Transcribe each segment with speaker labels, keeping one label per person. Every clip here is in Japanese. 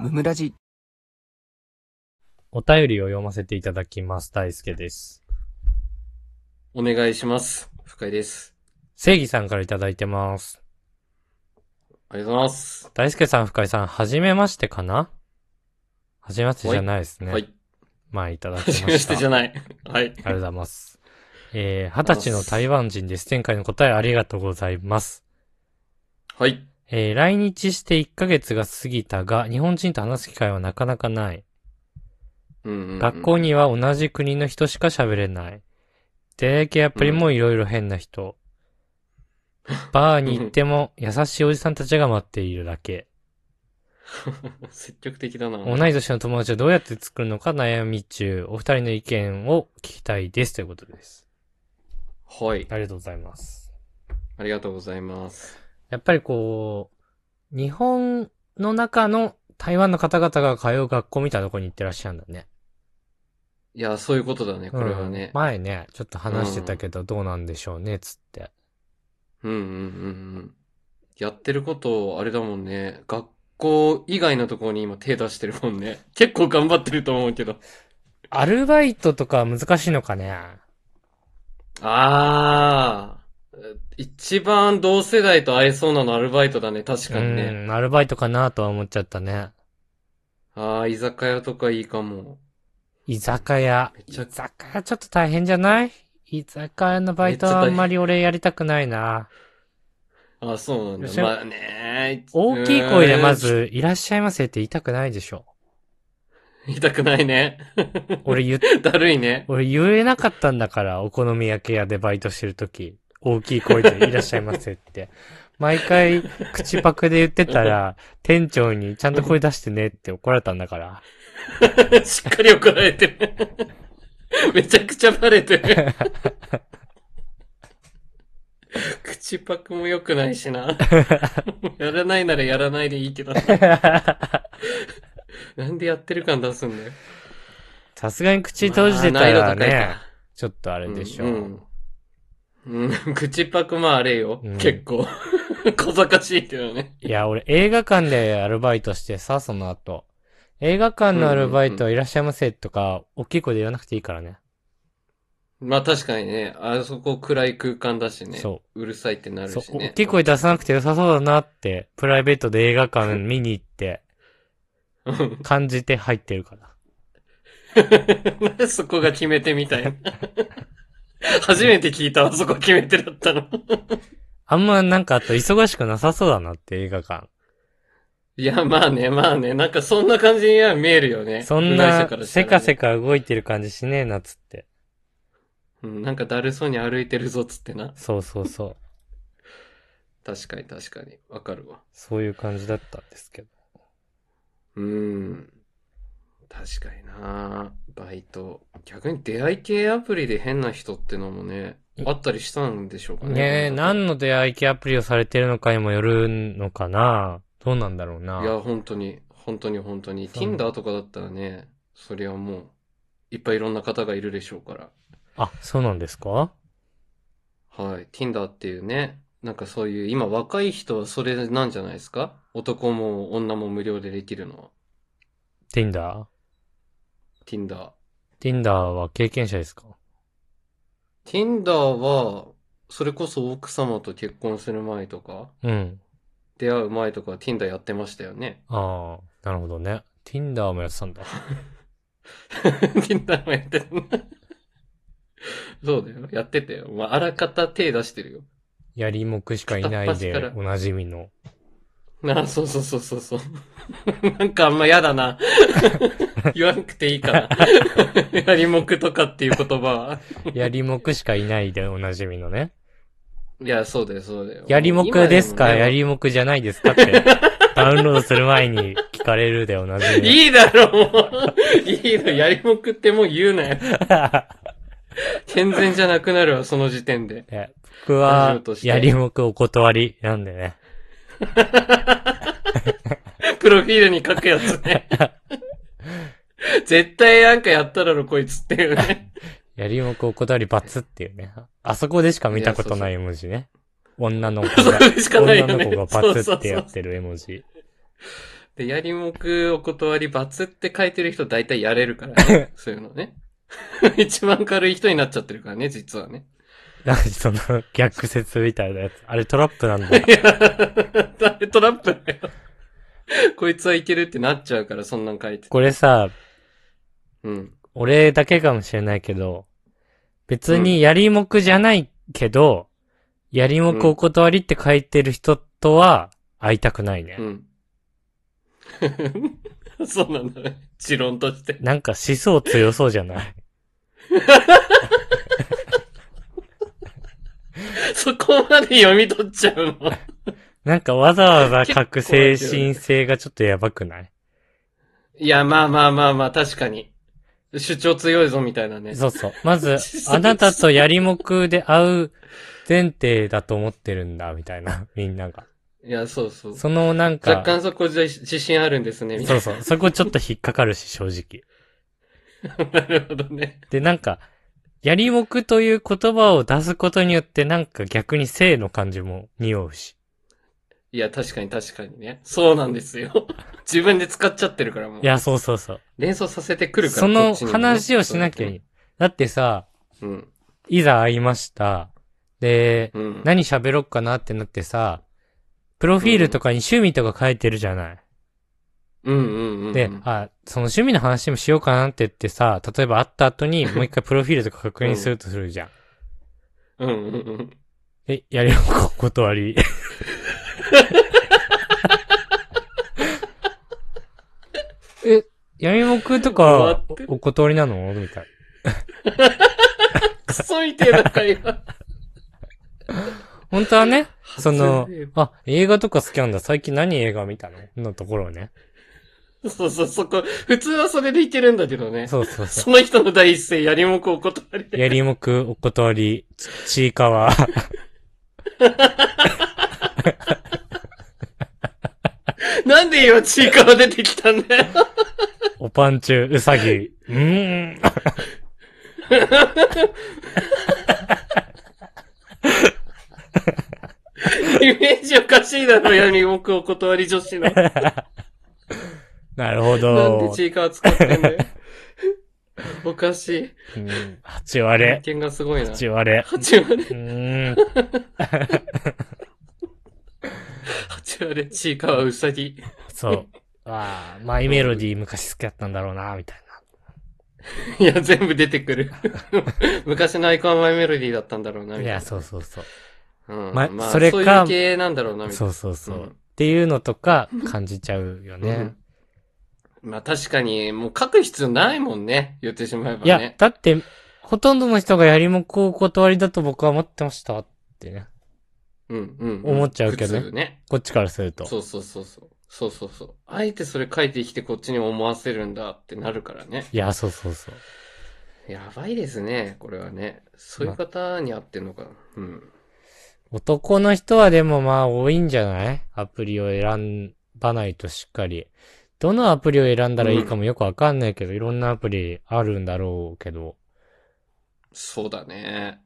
Speaker 1: むらじ。
Speaker 2: お便りを読ませていただきます。大輔です。
Speaker 3: お願いします。深井です。
Speaker 2: 正義さんからいただいてます。
Speaker 3: ありがとうございます。
Speaker 2: 大輔さん、深井さん、はじめましてかなはじめましてじゃないですね。
Speaker 3: はい。
Speaker 2: 前いただき
Speaker 3: は
Speaker 2: ま
Speaker 3: じめまし
Speaker 2: した。
Speaker 3: てじゃない。は
Speaker 2: あ
Speaker 3: い。
Speaker 2: りがとうございます。えー、二十歳の台湾人です。前回の答えありがとうございます。
Speaker 3: はい。
Speaker 2: えー、来日して1ヶ月が過ぎたが、日本人と話す機会はなかなかない。
Speaker 3: うんうんうん
Speaker 2: 学校には同じ国の人しか喋れない。出会い系アプリもいろいろ変な 人。バーに行っても優しいおじさんたちが待っているだけ。
Speaker 3: 積極的だな。
Speaker 2: 同い年の友達をどうやって作るのか悩み中。お二人の意見を聞きたいです。ということです。
Speaker 3: はい。
Speaker 2: ありがとうございます。
Speaker 3: ありがとうございます。
Speaker 2: やっぱりこう、日本の中の台湾の方々が通う学校みたいなとこに行ってらっしゃるんだね。
Speaker 3: いや、そういうことだね、これはね
Speaker 2: うん。前ね、ちょっと話してたけど、どうなんでしょうね、つって。
Speaker 3: うんうんうんうん。やってること、あれだもんね。学校以外のところに今手出してるもんね。結構頑張ってると思うけど。
Speaker 2: アルバイトとかは難しいのかね。
Speaker 3: あー。一番同世代と合いそうなのアルバイトだね、確
Speaker 2: う
Speaker 3: かにね。
Speaker 2: ん、アルバイトかなとは思っちゃったね。
Speaker 3: あー、居酒屋とかいいかも。
Speaker 2: 居酒屋。
Speaker 3: め
Speaker 2: 居
Speaker 3: ちゃ
Speaker 2: 酒屋ちょっと大変じゃない居酒屋のバイトはあんまり俺やりたくないな。
Speaker 3: あ、そうなんだ。
Speaker 2: よし
Speaker 3: まあね。
Speaker 2: 大きい声でま
Speaker 3: う
Speaker 2: ず、いらっしゃいませって言いたくないで しょ。
Speaker 3: ーん。痛くないね。
Speaker 2: 俺言っ
Speaker 3: だるいね。
Speaker 2: 俺言えなかったんだから、お好み焼き屋でバイトしてるとき、大きい声でいらっしゃいませって。毎回、口パクで言ってたら、店長にちゃんと声出してねって怒られたんだから。
Speaker 3: しっかり怒られてる。 めちゃくちゃバレてる。 口パクも良くないしな。 やらないならやらない でいいけど。なんでやってる感出すんだよ。
Speaker 2: さすがに口閉じてた
Speaker 3: ま
Speaker 2: ら
Speaker 3: あ難易度高いか
Speaker 2: ね、ちょっとあれでしょ
Speaker 3: うんうんうん 口パクもあれよ。
Speaker 2: うん
Speaker 3: 結構。 小賢しいけどね。
Speaker 2: いや、俺映画館でアルバイトしてさ、その後。映画館のアルバイトいらっしゃいませとか、大きい声で言わなくていいからね。
Speaker 3: まあ確かにね、あそこ暗い空間だしね。。
Speaker 2: そう
Speaker 3: るさいってなる
Speaker 2: そう、
Speaker 3: し
Speaker 2: 大
Speaker 3: ね。
Speaker 2: きい声出さなくて良さそうだなって、プライベートで映画館見に行って、
Speaker 3: うん
Speaker 2: 感じて入ってるから。
Speaker 3: なんでそこが決め手みたいな。 初めて聞いたわ、そこ決め手だったの。
Speaker 2: あんまなんかあと忙しくなさそうだなって映画館。
Speaker 3: いや、まあね、まあね、なんかそんな感じには見えるよね。
Speaker 2: そん
Speaker 3: 被害者
Speaker 2: な
Speaker 3: からした
Speaker 2: せ
Speaker 3: らね
Speaker 2: かせか動いてる感じしねえなっつって。
Speaker 3: うん、なんかだるそうに歩いてるぞ、つってな。
Speaker 2: そうそうそう。
Speaker 3: 確かに確かに。わかるわ。
Speaker 2: そういう感じだったんですけど。
Speaker 3: うん。確かになバイト。逆に出会い系アプリで変な人ってのもね、あったりしたんでしょうかね。
Speaker 2: ねえ、何
Speaker 3: い
Speaker 2: の出会い系アプリをされてるのかにもよるのかなどうなんだろう
Speaker 3: や、
Speaker 2: な
Speaker 3: 本当に、本当に本当に。
Speaker 2: そう
Speaker 3: Tinder とかだったらね、そりゃもう、いっぱいいろんな方がいるでしょうから。
Speaker 2: あ、そうなんですか
Speaker 3: はい。Tinder っていうね、なんかそういう、今若い人はそれなんじゃないですか男も女も無料でできるのは。
Speaker 2: ?Tinder?Tinder
Speaker 3: Tinder。
Speaker 2: は経験者ですか
Speaker 3: Tinder は、それこそ奥様と結婚する前とか、
Speaker 2: うん。
Speaker 3: 出会う前とか Tinder やってましたよね。
Speaker 2: ああ、なるほどね。Tinder もやってたんだ。
Speaker 3: Tinder もやってた な。そうだよ。やってたよ。まあ、あらかた手出してるよ。
Speaker 2: やりもくしかいない で、おなじみの。
Speaker 3: なあ、そうそうそうそうそう。 なんかあんま嫌だ な。言わなくていいかな。やりもくとかっていう言葉は。
Speaker 2: やりもくしかいないで、おなじみのね。
Speaker 3: いや、そうだよ、そうだよ。
Speaker 2: やりもくですか
Speaker 3: 今
Speaker 2: や
Speaker 3: もね
Speaker 2: りもくじゃないですか って、ダウンロードする前に聞かれるでおなじ み。
Speaker 3: いいだろ、もう。 いいの、やりもくってもう言うなよ。健全じゃなくなるわ、その時点で。
Speaker 2: え僕
Speaker 3: ラジ
Speaker 2: は
Speaker 3: オと、して
Speaker 2: やりもくお断りなんでね。
Speaker 3: プロフィールに書くやつ ね。絶対なんかやっただろ、こいつっていうね。
Speaker 2: やりもくお断りバツっていうね。あそこでしか見たことない絵文字ね。女の子
Speaker 3: そ
Speaker 2: が、
Speaker 3: れしかないよ
Speaker 2: 女
Speaker 3: ね。
Speaker 2: の子がバツってや
Speaker 3: そうそう
Speaker 2: ってる絵文字。
Speaker 3: で、やりもくお断り、バツって書いてる人大体やれるから ね。そういうのね。 一番軽い人になっちゃってるからね、実はね。
Speaker 2: なんかその逆説みたいなやつ。あれトラップなんだ。
Speaker 3: いや、誰トラップだよ。 こいつはいけるってなっちゃうから、そんなん書いて。
Speaker 2: これさ、
Speaker 3: うん。
Speaker 2: 俺だけかもしれないけど、別にやりもくじゃないけど、やりもくお断りって書いてる人とは会いたくないね。
Speaker 3: うん。 そうなんだね。持論として。
Speaker 2: なんか思想強そうじゃない
Speaker 3: そこまで読み取っちゃうの。
Speaker 2: なんかわざわざ書く精神性がちょっとやばくない
Speaker 3: いや、まあまあまあまあ、確かに。主張強いぞ、みたいなね。
Speaker 2: そうそう。ま ず、あなたとやりもくで会う前提だと思ってるんだ、みたいな、 みんなが。
Speaker 3: いや、そうそう。
Speaker 2: そのなんか、
Speaker 3: 若干そこじゃ自信あるんですね、みた
Speaker 2: そ
Speaker 3: いう
Speaker 2: そう。そこちょっと引っかかるし、正直。
Speaker 3: な。 なるほどね。
Speaker 2: で、なんか、やりもくという言葉を出すことによって、なんか逆に性の感じも匂うし。
Speaker 3: いや、確かに確かにね。そうなんですよ。 自分で使っちゃってるからもう。
Speaker 2: いや、そうそうそう。
Speaker 3: 連想させてくるから
Speaker 2: そ
Speaker 3: こ
Speaker 2: の
Speaker 3: っちにもね
Speaker 2: 話をしなきゃいい。だってさ、
Speaker 3: うん。
Speaker 2: いざ会いました。で、
Speaker 3: うん。
Speaker 2: 何喋ろっかなってなってさ、プロフィールとかに趣味とか書いてるじゃない。
Speaker 3: うんうんうんうん。
Speaker 2: で、あ、その趣味の話もしようかなって言ってさ、例えば会った後 にもう一回プロフィールとか確認するとするじゃん。
Speaker 3: うんうんうん。
Speaker 2: え、やりもくお断り。 え、やりもくとか
Speaker 3: 終わって
Speaker 2: お断りなのみたいな。
Speaker 3: クソみてえな会話。
Speaker 2: 本当はね、その
Speaker 3: 初デー、
Speaker 2: あ、映画とか好きなんだ。最近何映画見たののところをね。
Speaker 3: そうそう、そこ、普通はそれでいけるんだけどね。
Speaker 2: そうそうそ
Speaker 3: その人の第一声、やりもくお断り
Speaker 2: う。
Speaker 3: で。
Speaker 2: やりもくお断り、ちちいかわ。
Speaker 3: なんで今、ちいかわ出てきたんだよ。
Speaker 2: おぱんちゅう、うさぎ。うーん。
Speaker 3: イメージおかしいだろ、やりもくお断り女子の。なん
Speaker 2: なるほ
Speaker 3: で
Speaker 2: ど。
Speaker 3: ちいかわ使ってんだよ。おかし
Speaker 2: う
Speaker 3: い。
Speaker 2: ん八割れ。
Speaker 3: 見がすごいな。
Speaker 2: 八割れ。
Speaker 3: 8割、
Speaker 2: うーん。
Speaker 3: 8割、ちいかわうさぎ。
Speaker 2: そう。ああ、マイメロディー昔好きだったんだろうな、みたい
Speaker 3: いや、全部出てくる。 昔のアイコンはマイメロディーだったんだろうな、
Speaker 2: な。い
Speaker 3: みたいな。
Speaker 2: や、そうそうそう。
Speaker 3: うん、
Speaker 2: ま
Speaker 3: まあ、
Speaker 2: それか
Speaker 3: そういう系なんだろうな、みたい
Speaker 2: そうそうそう。
Speaker 3: うん
Speaker 2: っていうのとか感じちゃうよ
Speaker 3: な。
Speaker 2: ね。
Speaker 3: うんまあ確かに、もう書く必要ないもんね。言ってしまえば
Speaker 2: いや
Speaker 3: ね、。
Speaker 2: だって、ほとんどの人がやりもこう断りだと僕は思ってましたってね。
Speaker 3: うんうんん。
Speaker 2: 思っちゃうけどね
Speaker 3: 普通ね。
Speaker 2: こっちからすると。
Speaker 3: そうそうそうそう。そうそうそう。あえてそれ書いてきてこっちに思わせるんだってなるからね。
Speaker 2: いや、そうそうそう。
Speaker 3: やばいですね、これはね。そういう方に合ってんのかな。うん。
Speaker 2: 男の人はでもまあ多いんじゃないアプリを選ばないとしっかり。どのアプリを選んだらいいかもよくわかんないけど、いろんなアプリあるんだろうけど。
Speaker 3: そうだね。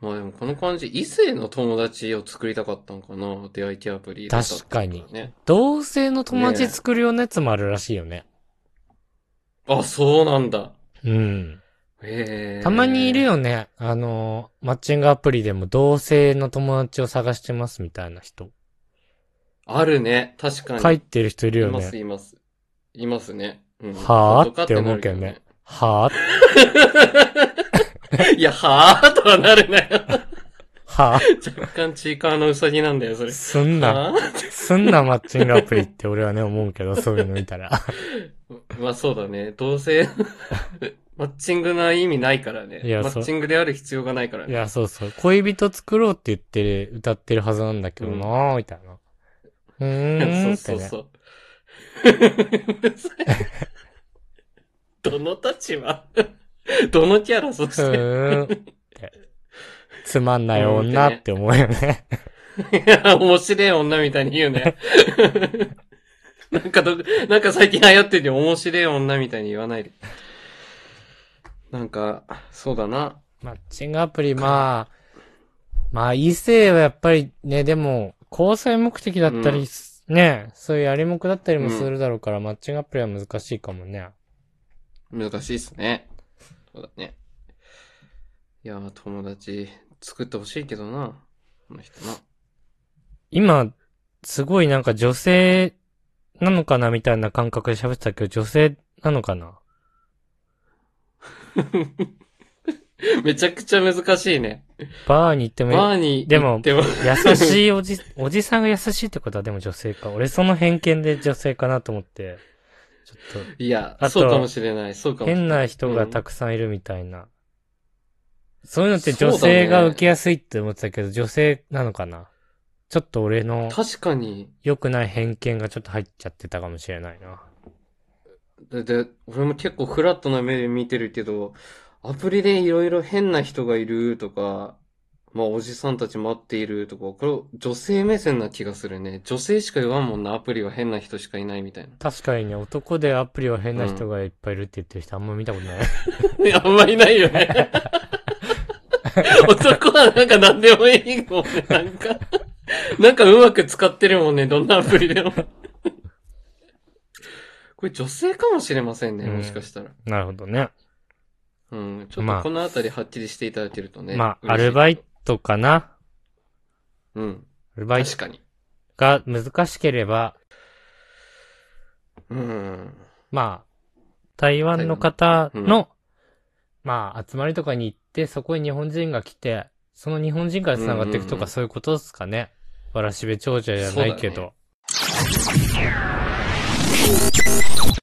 Speaker 3: まあでもこの感じ、異性の友達を作りたかったのかな。出会い系アプリだったってことだね
Speaker 2: 確同性の友達作るようなやつもあるらしいよね。
Speaker 3: あ、そうなんだ。
Speaker 2: うん。
Speaker 3: へえ。
Speaker 2: たまにいる。よね。あの、マッチングアプリでも同性の友達を探してますみたいな人。
Speaker 3: あるね。確かに。
Speaker 2: 書いてる人いるよ
Speaker 3: います、
Speaker 2: ね。
Speaker 3: います。いますね。うん
Speaker 2: はぁ
Speaker 3: 本当か
Speaker 2: って思うけどね。はぁ
Speaker 3: なるよね いや、はぁとはなるなよ。
Speaker 2: は
Speaker 3: 若干チーカーのウサギなんだよ、それ
Speaker 2: ぁ。すんな。
Speaker 3: はぁ
Speaker 2: すんなマッチングアプリって俺はね思う けど、そういうの見たら。
Speaker 3: まあそうだね。どうせ、 マッチングな意味ないからね。
Speaker 2: いや
Speaker 3: マ
Speaker 2: そう
Speaker 3: ッチングである必要がないから
Speaker 2: い
Speaker 3: ね。
Speaker 2: や、そうそう。恋人作ろうって言って歌ってるはずなんだけどなぁ、みたいな。うー
Speaker 3: そ
Speaker 2: ん
Speaker 3: う
Speaker 2: って
Speaker 3: そう
Speaker 2: ね
Speaker 3: そ。う。 どの立場 どのキャラそうして。
Speaker 2: ーんって。つまんない女って思うよね。
Speaker 3: いや、面白い女みたいに言うね。 なんかど、なんか最近流行ってて面白い女みたいに言わないで。なんか、そうだな。
Speaker 2: マッチングアプリ、まあ、まあ、異性はやっぱりね、でも、交際目的だった
Speaker 3: うん
Speaker 2: りすねえ、そういうやりもくだったりもするだろうから、マッチングアプリは難しいかもね。
Speaker 3: 難しいっすね。そうだね。いやー、友達作ってほしいけどな。この人な。
Speaker 2: 今、すごいなんか女性なのかなみたいな感覚で喋ってたけど、女性なのかな
Speaker 3: めちゃくちゃ難しいね。
Speaker 2: バーに行っても
Speaker 3: バーに
Speaker 2: でも
Speaker 3: 行っても、
Speaker 2: 優しいおじ、 おじさんが優しいってことはでも女性か。俺その偏見で女性かなと思って、ちょっ
Speaker 3: いや
Speaker 2: あ、と
Speaker 3: そうかもしれない。そうか
Speaker 2: と
Speaker 3: もしれない。
Speaker 2: 変な人がた
Speaker 3: く、
Speaker 2: くさんいるみたいな。そういうのって女
Speaker 3: そうだね
Speaker 2: 性が受けやすいって思ってたけど、女性なのかなちょっと俺の
Speaker 3: 確かに。
Speaker 2: 良くない偏見がちょっと入っちゃってたかもしれないな。
Speaker 3: で、で俺も結構フラットな目で見てるけど、アプリでいろいろ変な人がいるとか、まあおじさんたち待っているとか、これ女性目線な気がするね。女性しか言わんもんな、アプリは変な人しかいないみたいな。
Speaker 2: 確かにね、男でアプリは変な人がいっぱいいるって言ってる人あんま見たこと ない。
Speaker 3: いやあんまいないよ ね。男はなんか何でもいいもんね。なんか、なんかうまく使ってるもんね。どんなアプリでも。これ女性かもしれませんね。
Speaker 2: うん
Speaker 3: もしかしたら。
Speaker 2: なるほどね。
Speaker 3: うん。ちょっ
Speaker 2: ま
Speaker 3: と
Speaker 2: あ
Speaker 3: このあたりはっきりしていただけるとね。
Speaker 2: まあ、ア
Speaker 3: 嬉しい
Speaker 2: ルバイトかな
Speaker 3: うん。
Speaker 2: アルバイト
Speaker 3: 確か
Speaker 2: が
Speaker 3: に。
Speaker 2: 難しければ、
Speaker 3: うん。
Speaker 2: まあ、台湾の方
Speaker 3: 台湾
Speaker 2: の、まあ、集まりとかに行って、そこに日本人が来て、その日本人から繋がっていくと
Speaker 3: うんうんう
Speaker 2: か、
Speaker 3: ん
Speaker 2: そういうことですかね。わらしべ長者じゃないけ
Speaker 3: そうだ
Speaker 2: ど。